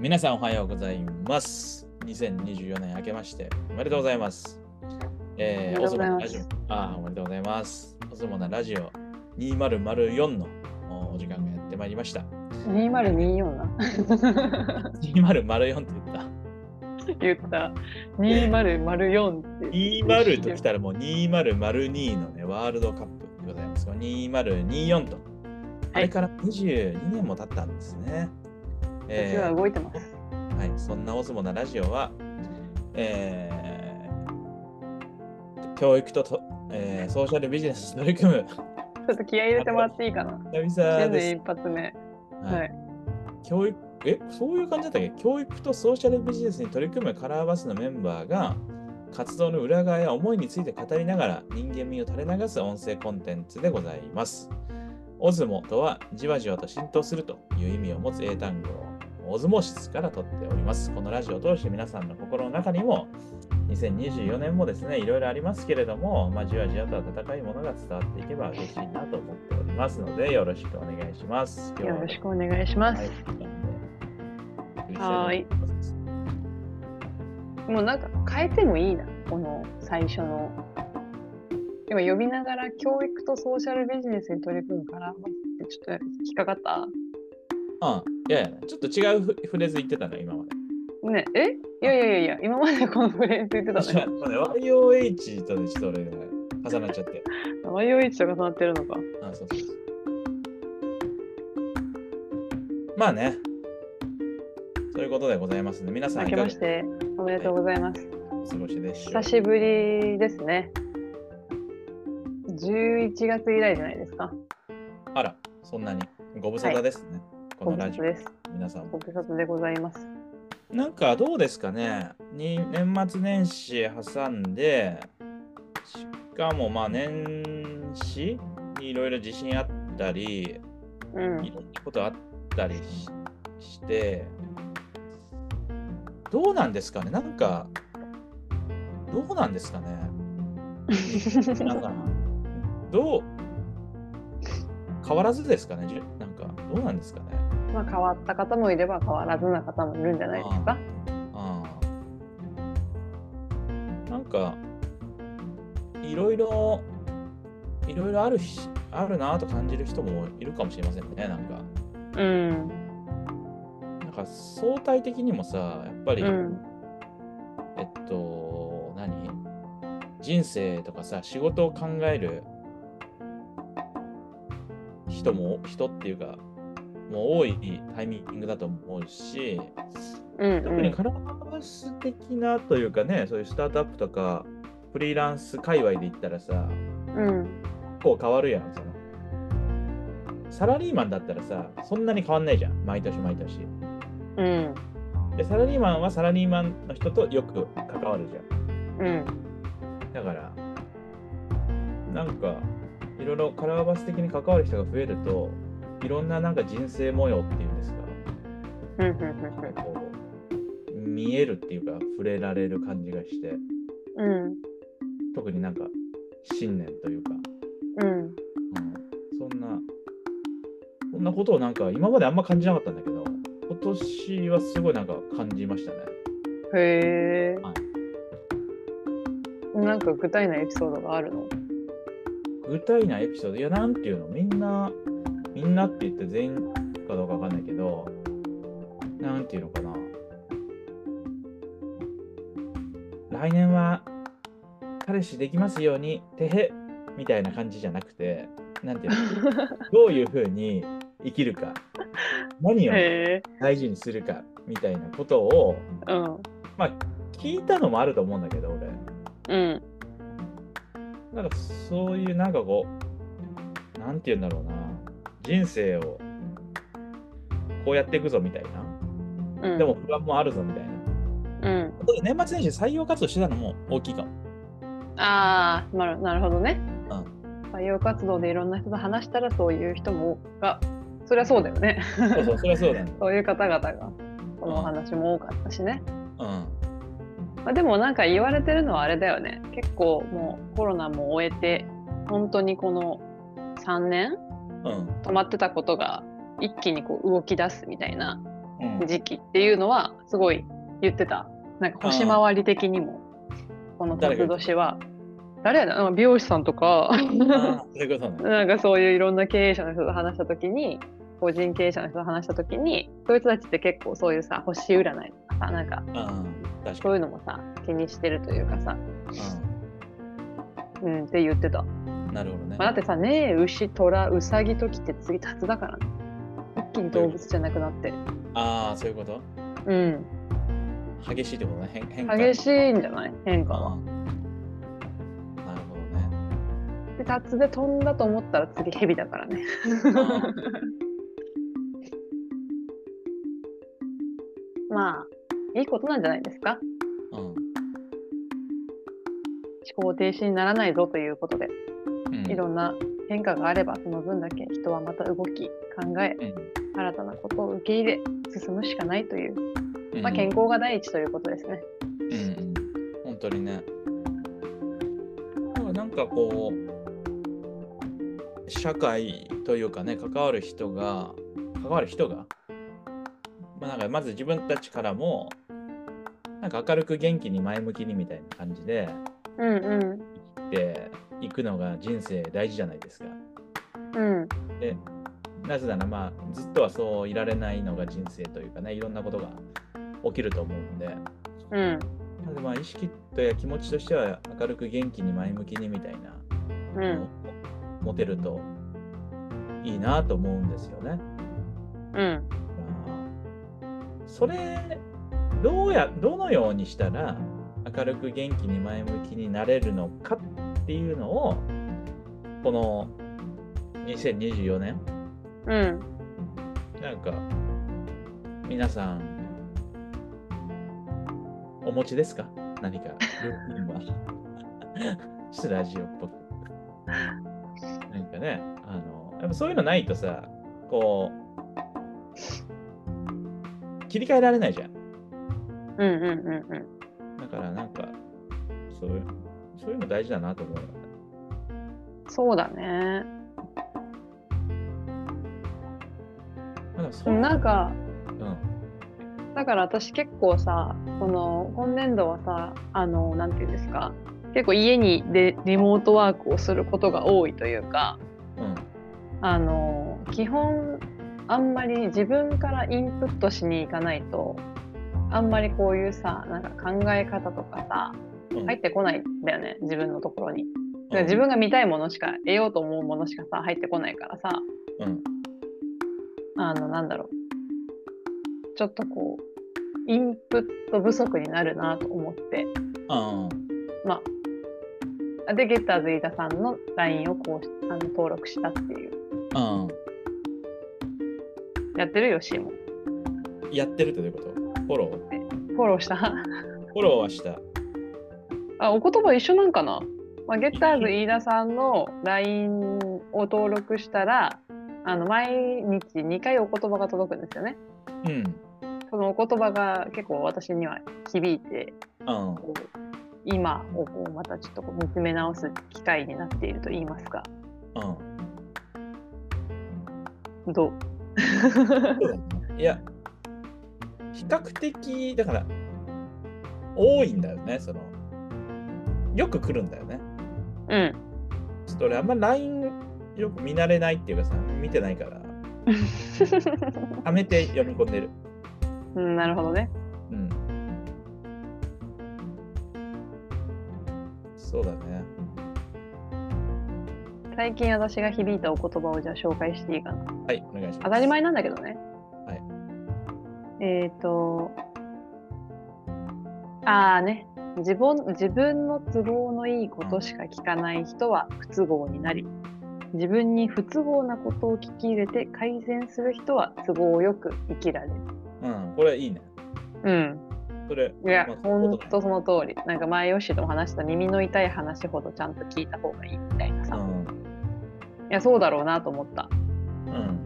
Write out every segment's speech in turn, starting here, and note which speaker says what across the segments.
Speaker 1: 皆さんおはようございます。2024年明けましておめでとうございます。え
Speaker 2: お
Speaker 1: ー、
Speaker 2: め
Speaker 1: オ
Speaker 2: でと
Speaker 1: ズ
Speaker 2: うござい
Speaker 1: モナラジオ、あー
Speaker 2: ます
Speaker 1: おめでとうございます。オズモナラジオ2004のおお時間がやってまいりました。
Speaker 2: 2024な
Speaker 1: 2004って言った。
Speaker 2: 言った2004って
Speaker 1: 20ときたらもう2002のね、ワールドカップでございます。2024と。あれから22年も経ったんですね。え
Speaker 2: 私
Speaker 1: ー
Speaker 2: は動いてます、
Speaker 1: はい、そんなオズモなラジオは、えー教育とと、えーソーシャルビジネスに取り組む
Speaker 2: ちょっと気合い入れてもらっていいかな
Speaker 1: 久々
Speaker 2: 全
Speaker 1: で
Speaker 2: 然
Speaker 1: す。
Speaker 2: 一発目
Speaker 1: はい
Speaker 2: はい
Speaker 1: 教育えそういう感じだったっけ教育とソーシャルビジネスに取り組むカラーバスのメンバーが活動の裏側や思いについて語りながら人間味を垂れ流す音声コンテンツでございます。オズモとはじわじわと浸透するという意味を持つ英単語をオズモシスから取っております。このラジオを通して皆さんの心の中にも2024年もですね、いろいろありますけれども、まあ、じわじわと温かいものが伝わっていけば嬉しいなと思っておりますので、よろしくお願いします。
Speaker 2: よろしくお願いします、はーい。もうなんか変えてもいいなこの最初の今呼びながら教育とソーシャルビジネスに取り組むからってちょっと引っかかった
Speaker 1: うん、いやいや、ちょっと違うフフレーズ言ってたの、今まで。
Speaker 2: ねえいやいやいやいや今までこのフレーズ言ってたのよ
Speaker 1: YOH とね、ちょっと俺が重なっちゃって。
Speaker 2: YOH と重なってるのか
Speaker 1: あ、そうそうそう。まあね。ということでございますね。皆さん、
Speaker 2: 明
Speaker 1: い
Speaker 2: け
Speaker 1: かが
Speaker 2: ましておめでとうございます。
Speaker 1: お過ごしでしょう
Speaker 2: 久しぶりですね。11月以来じゃないですか。
Speaker 1: あら、そんなに。ご無沙汰ですね。こ
Speaker 2: ご
Speaker 1: の
Speaker 2: 無
Speaker 1: ラジ
Speaker 2: 沙汰
Speaker 1: オ、
Speaker 2: です。
Speaker 1: 皆さんも
Speaker 2: ご。無沙汰でございます。
Speaker 1: なんかどうですかねに年末年始挟んでしかもまあ年始にいろいろ地震あったり
Speaker 2: うん
Speaker 1: い。ろんなことあったりししてどうなんですかねなんかどうなんですかねなんかどう変わらずですかねじゅなんかどうなんですかね
Speaker 2: まあ変わった方もいれば変わらずな方もいるんじゃないですか。
Speaker 1: うんなんかいろいろいろいろあるしあるなぁと感じる人もいるかもしれませんねなんか
Speaker 2: うん。
Speaker 1: なんか相対的にもさやっぱり、
Speaker 2: うん。
Speaker 1: えっと何人生とかさ仕事を考える人も人っていうかもう多いタイミングだと思うし
Speaker 2: うん。
Speaker 1: 特にカラーバス的なというかね、そういうスタートアップとか、フリーランス界隈で言ったらさ、
Speaker 2: うん。
Speaker 1: 結構変わるやん、その。サラリーマンだったらさ、そんなに変わんないじゃん、毎年毎年。
Speaker 2: うん。
Speaker 1: で、サラリーマンはサラリーマンの人とよく関わるじゃ
Speaker 2: うん。
Speaker 1: ん。だから、なんか、いろいろカラーバス的に関わる人が増えると、いろんななんか人生模様っていうんですか、
Speaker 2: うん。うん。
Speaker 1: こう、見えるっていうか、触れられる感じがして。
Speaker 2: うん。
Speaker 1: 特になんか信念というか、
Speaker 2: うん。
Speaker 1: うん、そんなそんなことをなんか今まであんま感じなかったんだけど今年はすごいなんか感じましたね
Speaker 2: へえ
Speaker 1: は。
Speaker 2: なんか具体なエピソードがあるの。
Speaker 1: 具体なエピソードいやなんていうのみんなみんなって言って全員かどうかわかんないけどなんていうのかな来年は彼氏できますようにてへみたいな感じじゃなくてなんていうのどういうふうに生きるか、何を
Speaker 2: へえ。
Speaker 1: 大事にするかみたいなことを、
Speaker 2: うん。
Speaker 1: まあ、聞いたのもあると思うんだけど、俺。
Speaker 2: うん。
Speaker 1: なんかそういう、なんかこう、なんて言うんだろうな、人生をこうやっていくぞみたいな、
Speaker 2: うん。
Speaker 1: でも。不安もあるぞみたいな。
Speaker 2: うん。
Speaker 1: 年末年始採用活動してたのも大きいかも。
Speaker 2: ああ、なるなるほどね。
Speaker 1: う
Speaker 2: 採用活動でいろんな人と話したらそういう人もがそりゃそうだよね。
Speaker 1: そうそう、それはそうなんだ。
Speaker 2: そういう方々がこのお話も多かったしね。
Speaker 1: うん。
Speaker 2: まあ、でもなんか言われてるのはあれだよね。結構もうコロナも終えて本当にこの3年
Speaker 1: うん。
Speaker 2: 止まってたことが一気にこう動き出すみたいな
Speaker 1: うん
Speaker 2: 時期っていうのはすごい言ってたなんか星回り的にもこの
Speaker 1: 誰が
Speaker 2: 辰年は誰やな美容師さんとか
Speaker 1: あーそういうことね。
Speaker 2: なんかそういういろんな経営者の人と話した時に個人経営者の人と話した時にそういう人たちって結構そういうさ星占いとかさなんか
Speaker 1: ああ、確か
Speaker 2: そういうのもさ気にしてるというかさ、
Speaker 1: に。
Speaker 2: うん、って言ってた、ま
Speaker 1: うんなるほどね。
Speaker 2: あ、だってさねえ牛虎うさぎときって次辰だからね一気に動物じゃなくなって
Speaker 1: ああ、そういうこと
Speaker 2: うん
Speaker 1: 激しいってことね。変変化。
Speaker 2: 激
Speaker 1: い
Speaker 2: しいんじゃない変化は。
Speaker 1: なるほどね。
Speaker 2: でタツで飛んだと思ったら次ヘビだからね。 まあいいことなんじゃないですか
Speaker 1: うん
Speaker 2: 思考停止にならないぞということで、
Speaker 1: うん。
Speaker 2: いろんな変化があればその分だけ人はまた動き考え
Speaker 1: う
Speaker 2: 新たなことを受け入れ進むしかないという、
Speaker 1: ん。
Speaker 2: まあ、健康が第一ということですね。
Speaker 1: うんうん、本当にね。なんかこう社会というかね関わる人が関わる人が、まあ、なんかまず自分たちからもなんか明るく元気に前向きにみたいな感じで
Speaker 2: うんう
Speaker 1: 生きていくのが人生大事じゃないですか。
Speaker 2: んうん
Speaker 1: でなぜならまあずっとはそういられないのが人生というかねいろんなことが起きると思うので。
Speaker 2: うん
Speaker 1: なのでまあ意識とや気持ちとしては明るく元気に前向きにみたいな、
Speaker 2: う
Speaker 1: のを
Speaker 2: ん
Speaker 1: 持てるといいなと思うんですよね。
Speaker 2: う
Speaker 1: だ
Speaker 2: ん
Speaker 1: からそれどうやどのようにしたら明るく元気に前向きになれるのかっていうのをこの2024年
Speaker 2: うん
Speaker 1: なんか皆さんお持ちですか何かルーティンは スラジオっぽく。なんかね、あの、やっぱそういうのないとさ、こう、切り替えられないじゃん。
Speaker 2: うんうんうんうん
Speaker 1: だからなんか、そういう、そういうの大事だなと思うよ。
Speaker 2: そうだね。
Speaker 1: まあでもそ
Speaker 2: で
Speaker 1: う
Speaker 2: もなんか
Speaker 1: うん、
Speaker 2: だから私結構さこの今年度はさあのなんていうんですか結構家にでリモートワークをすることが多いというか
Speaker 1: うん、
Speaker 2: あの基本あんまり自分からインプットしに行かないとあんまりこういうさなんか考え方とかさ
Speaker 1: うん
Speaker 2: 入ってこないんだよね自分のところに。だから
Speaker 1: うん
Speaker 2: 自分が見たいものしか得ようと思うものしかさ入ってこないからさ
Speaker 1: うん、
Speaker 2: あのなんだろうちょっとこうインプット不足になるなと思って
Speaker 1: あ
Speaker 2: まあでゲッターズ飯田さんの LINE をこうあの登録したっていう
Speaker 1: あ、うん、
Speaker 2: やってるよシーも
Speaker 1: やってるってどういうことフォロー
Speaker 2: フォローした
Speaker 1: フォローはした。
Speaker 2: あお言葉一緒なんかな、まあ、ゲッターズ飯田さんの LINE を登録したらあの毎日2回お言葉が届くんですよね
Speaker 1: うん、
Speaker 2: そのお言葉が結構私には響いて
Speaker 1: うん、
Speaker 2: こう今をこうまたちょっとこう見つめ直す機会になっていると言いますか
Speaker 1: うん。
Speaker 2: どう
Speaker 1: いや、比較的、だから、多いんだよね、その、よく来るんだよね。
Speaker 2: うん
Speaker 1: ちょっと俺、あんま LINE よく見慣れないっていうかさ、見てないから、はめて読み込んでる。
Speaker 2: うんなるほどね
Speaker 1: うん。そうだね。
Speaker 2: 最近私が響いたお言葉をじゃあ紹介していいかな
Speaker 1: はい、お願いします。
Speaker 2: 当たり前なんだけどね
Speaker 1: はい
Speaker 2: えっ、とああね自分自分の都合のいいことしか聞かない人は不都合になり自分に不都合なことを聞き入れて改善する人は都合よく生きられる。
Speaker 1: うん、これいいね。
Speaker 2: うん、
Speaker 1: それ、
Speaker 2: いや
Speaker 1: まあ、
Speaker 2: ほん
Speaker 1: こと
Speaker 2: その通り。なんか前、ヨッシーとも話した耳の痛い話ほどちゃんと聞いた方がいいみたいな
Speaker 1: な
Speaker 2: さ。
Speaker 1: い
Speaker 2: い
Speaker 1: うん
Speaker 2: や、そうだろうなと思った。
Speaker 1: うん。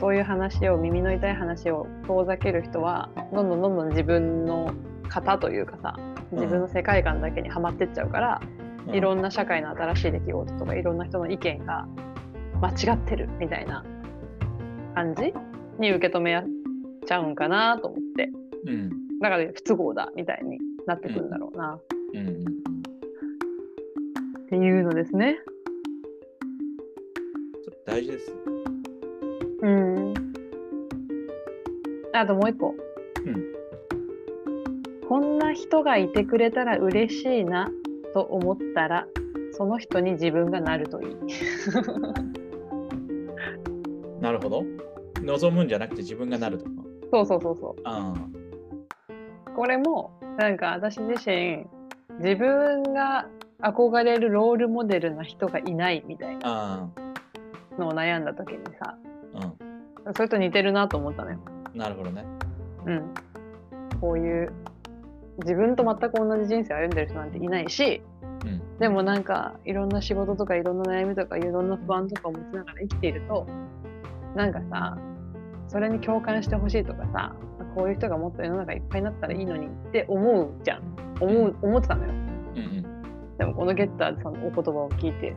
Speaker 2: そういう話を、耳の痛い話を遠ざける人は、どんどんどんどん自分の型というかさ、自分の世界観だけにはまってっちゃうから、
Speaker 1: うん。
Speaker 2: いろんな社会の新しい出来事とか、いろんな人の意見が間違ってるみたいな感じに受け止めやちゃうんかなと思って
Speaker 1: うん。
Speaker 2: だから不都合だみたいになってくるんだろうな、
Speaker 1: うんうん。
Speaker 2: っていうのですね。
Speaker 1: ちょっと大事です。
Speaker 2: うん。あともう一個。
Speaker 1: うん。
Speaker 2: こんな人がいてくれたら嬉しいなと思ったら、その人に自分がなるといい。
Speaker 1: なるほど。望むんじゃなくて自分がなるとか。
Speaker 2: そうそうそうそ
Speaker 1: ああ。
Speaker 2: う。これも、なんか私自身、自分が憧れるロールモデルな人がいないみたいな
Speaker 1: あ
Speaker 2: のを悩んだ時にさ、
Speaker 1: あ。
Speaker 2: それと似てるなと思ったのよ。
Speaker 1: うん。なるほどね。
Speaker 2: うん。こういう、自分と全く同じ人生を歩んでる人なんていないし、
Speaker 1: うん。
Speaker 2: でもなんかいろんな仕事とかいろんな悩みとかいろんな不安とかを持ちながら生きているとなんかさそれに共感してほしいとかさこういう人がもっと世の中いっぱいになったらいいのにって思うじゃん思う思ってたのよ
Speaker 1: うん
Speaker 2: でもこのゲッターズさんのお言葉を聞いて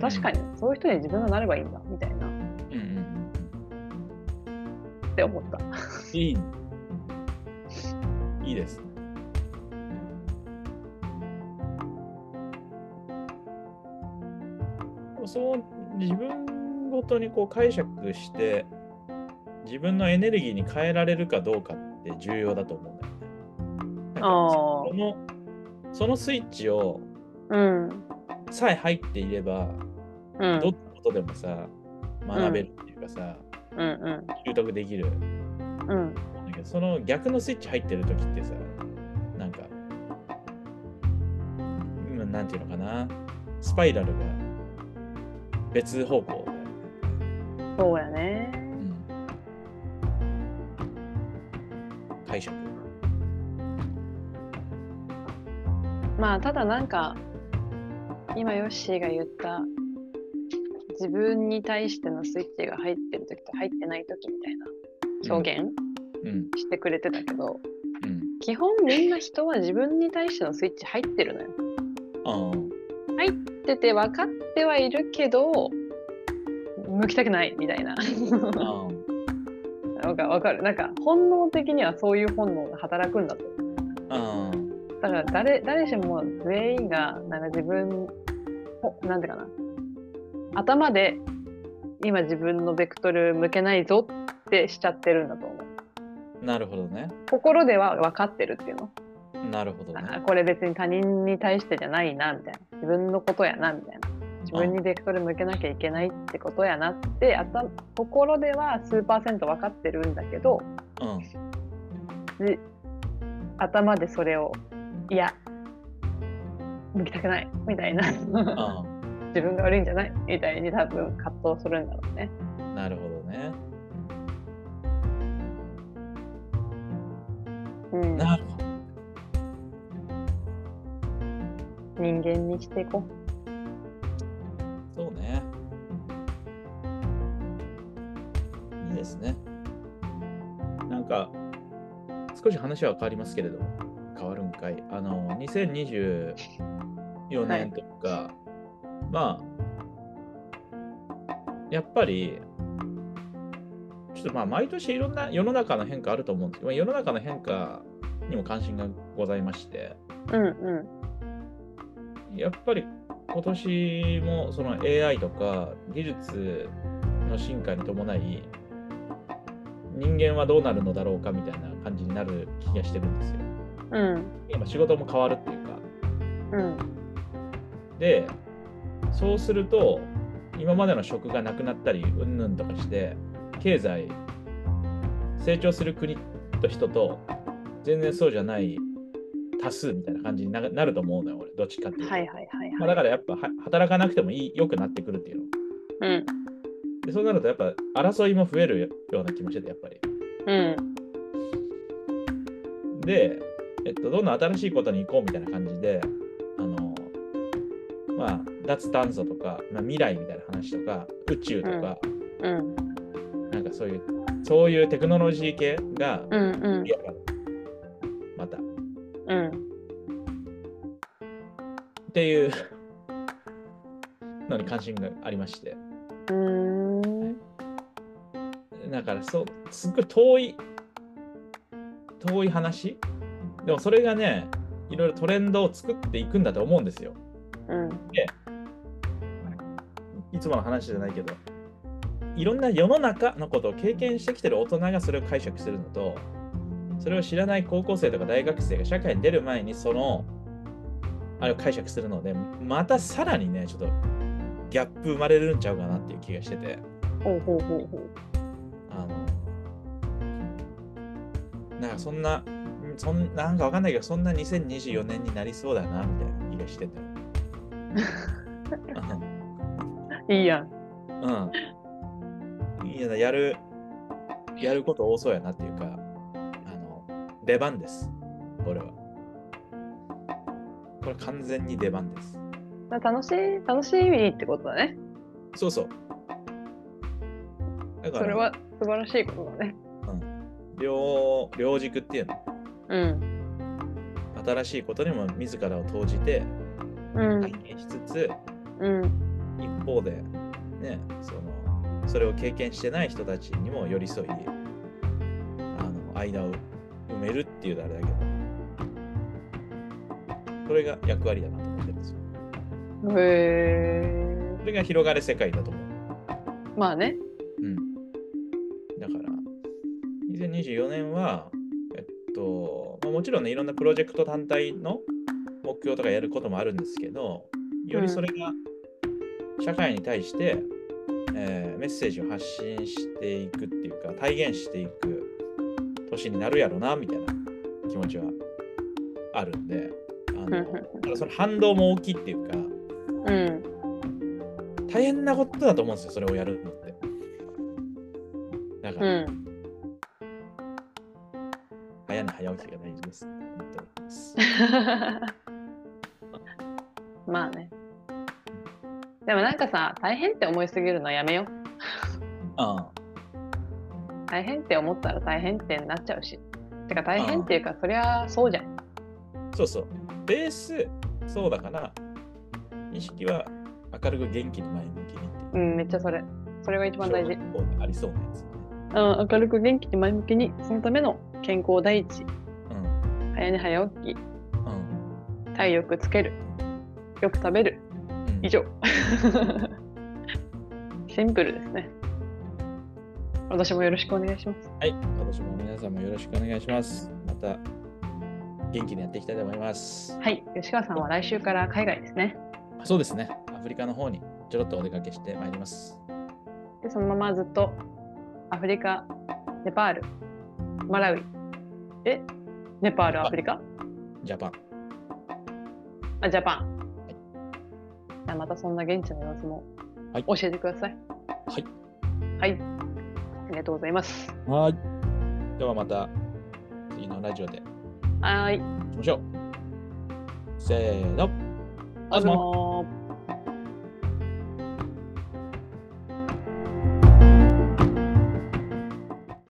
Speaker 2: 確かにそういう人に自分がなればいいんだみたいなっ
Speaker 1: うん。うんうん。
Speaker 2: て思った
Speaker 1: いい。いいです。そう自分ごとにこう解釈して自分のエネルギーに変えられるかどうかって重要だと思うんだよね。なんか
Speaker 2: あー
Speaker 1: そのそのスイッチを
Speaker 2: うん
Speaker 1: さえ入っていれば、
Speaker 2: う
Speaker 1: どんな
Speaker 2: ん
Speaker 1: ことでもさ学べるっていうかさ、
Speaker 2: うん
Speaker 1: 習得できる
Speaker 2: うんうん
Speaker 1: だけどその逆のスイッチ入ってる時ってさなんかうんなんていうのかなスパイラルが別方向だよね
Speaker 2: そうやね
Speaker 1: 解釈
Speaker 2: まあただなんか今ヨッシーが言った自分に対してのスイッチが入ってる時と入ってない時みたいな表現
Speaker 1: うん
Speaker 2: してくれてたけ
Speaker 1: う
Speaker 2: ど、
Speaker 1: ん
Speaker 2: 基本みんな人は自分に対してのスイッチ入ってるのよ。
Speaker 1: あ
Speaker 2: 入ってて分かってはいるけど向きたくないみたいな。
Speaker 1: あああ
Speaker 2: なんか分かるなんか本能的にはそういう本能が働くんだと
Speaker 1: あ
Speaker 2: だから誰誰しも全員がなんか自分ほなんていうかな頭で今自分のベクトル向けないぞってしちゃってるんだと思う
Speaker 1: なるほどね
Speaker 2: 心では分かってるっていうの、
Speaker 1: なるほどね
Speaker 2: あこれ別に他人に対してじゃないなみたいな自分のことやなみたいな自分にベクトル向けなきゃいけないってことやなってあた心では数パーセント分かってるんだけど
Speaker 1: うん
Speaker 2: じ頭でそれをいや向きたくないみたいな
Speaker 1: あ
Speaker 2: 自分が悪いんじゃないみたいに多分葛藤するんだろうね。
Speaker 1: あなるほどね
Speaker 2: うん、
Speaker 1: なるほど
Speaker 2: 人間にしていこ
Speaker 1: そうねいいですねなんか少し話は変わりますけれども変わるんかいあの2024年とか、まあやっぱりちょっとまあ毎年いろんな世の中の変化あると思うんですけどまあ世の中の変化にも関心がございまして
Speaker 2: う。うんう
Speaker 1: やっぱり今年もその AI とか技術の進化に伴い人間はどうなるのだろうかみたいな感じになる気がしてるんですよ。
Speaker 2: んうん
Speaker 1: 今仕事も変わるっていうか。
Speaker 2: うん
Speaker 1: でそうすると今までの職がなくなったりうんぬんとかして経済成長する国と人と全然そうじゃない多数みたいな感じにななると思うのよ俺どっちかっていうと。
Speaker 2: はいはいはい
Speaker 1: まあ、
Speaker 2: は
Speaker 1: だ
Speaker 2: い。
Speaker 1: からやっぱは働かなくてもいい良くなってくるっていうの
Speaker 2: うん
Speaker 1: でそうなるとやっぱ争いも増えるような気もしててやっぱり
Speaker 2: うん
Speaker 1: で、えっと、どんどん新しいことに行こうみたいな感じであのまあ脱炭素とか、まあ、未来みたいな話とか宇宙とか、
Speaker 2: うん
Speaker 1: なんかそういうそういうテクノロジー系が
Speaker 2: うんうん
Speaker 1: 盛り上がるまたっ
Speaker 2: うん
Speaker 1: ていうのに関心がありまして
Speaker 2: うーん
Speaker 1: だからそうすっごい遠い遠い話でもそれがねいろいろトレンドを作っていくんだと思うんですよ
Speaker 2: うん
Speaker 1: いつもの話じゃないけどいろんな世の中のことを経験してきてる大人がそれを解釈するのとそれを知らない高校生とか大学生が社会に出る前にそのあれを解釈するのでまたさらにねちょっとギャップ生まれるんちゃうかなっていう気がしてて。
Speaker 2: ほうほうほうほう
Speaker 1: あの、なんかそんな、んそんなんかわかんないけど、そんな2024年になりそうだな、みたいな気が してた。
Speaker 2: いいやん
Speaker 1: うん。いや、やる、やること多そうやなっていうか、あの、出番です。これは。これ完全に出番です。
Speaker 2: まあ楽しい楽しみってことだね
Speaker 1: そうそう。だから、
Speaker 2: それは素晴らしいことだね
Speaker 1: 両両軸っていうの
Speaker 2: うん
Speaker 1: 新しいことにも自らを投じて
Speaker 2: うん、
Speaker 1: 体験しつつ、
Speaker 2: うん
Speaker 1: 一方で、ね、そのそれを経験してない人たちにも寄り添いあの間を埋めるっていうのはあれだけどそれが役割だなと思ってるんですよ
Speaker 2: へえ
Speaker 1: それが広がる世界だと思う、
Speaker 2: まあね
Speaker 1: うん、だから2024年はえっと、まあ、もちろんねいろんなプロジェクト単体の目標とかやることもあるんですけどよりそれが社会に対して、えーメッセージを発信していくっていうか体現していく年になるやろなみたいな気持ちはあるんであの
Speaker 2: うんうんうん
Speaker 1: ただその反動も大きいっていうか
Speaker 2: うん
Speaker 1: 大変なことだと思うんですよそれをやるのってだから、
Speaker 2: うん
Speaker 1: 早寝早起きが大事です本当に
Speaker 2: まあねでもなんかさ大変って思いすぎるのはやめよう
Speaker 1: ああ
Speaker 2: 大変って思ったら大変ってなっちゃうしてか大変っていうかそりゃそうじゃん
Speaker 1: そうそう。ベース、そうだから、意識は明るく元気に前向きにっていう。
Speaker 2: うんめっちゃそれそれが一番大事
Speaker 1: 小学校がありそうなやつ。
Speaker 2: うん明るく元気に前向きにそのための健康第一
Speaker 1: うん。
Speaker 2: 早寝早起き
Speaker 1: うん。
Speaker 2: 体力つけるよく食べる
Speaker 1: うん
Speaker 2: 以。上 シンプルですね私もよろしくお願いします
Speaker 1: はい。私も皆さんもよろしくお願いします。また、元気にやっていきたいと思います。
Speaker 2: はい吉川さんは来週から海外ですね
Speaker 1: あそうですね。アフリカの方にちょろっとお出かけしてまいります。
Speaker 2: でそのままずっとアフリカネパールマラウイえネパールアフリカ
Speaker 1: ジャパン。
Speaker 2: あジャパン
Speaker 1: い
Speaker 2: じゃあまたそんな現地の様子も
Speaker 1: はい
Speaker 2: 教えてください
Speaker 1: はい
Speaker 2: はいありがとうございます
Speaker 1: はい。ではまた、次のラジオで
Speaker 2: はーい
Speaker 1: お会いしましょう。せーの。
Speaker 2: あずもー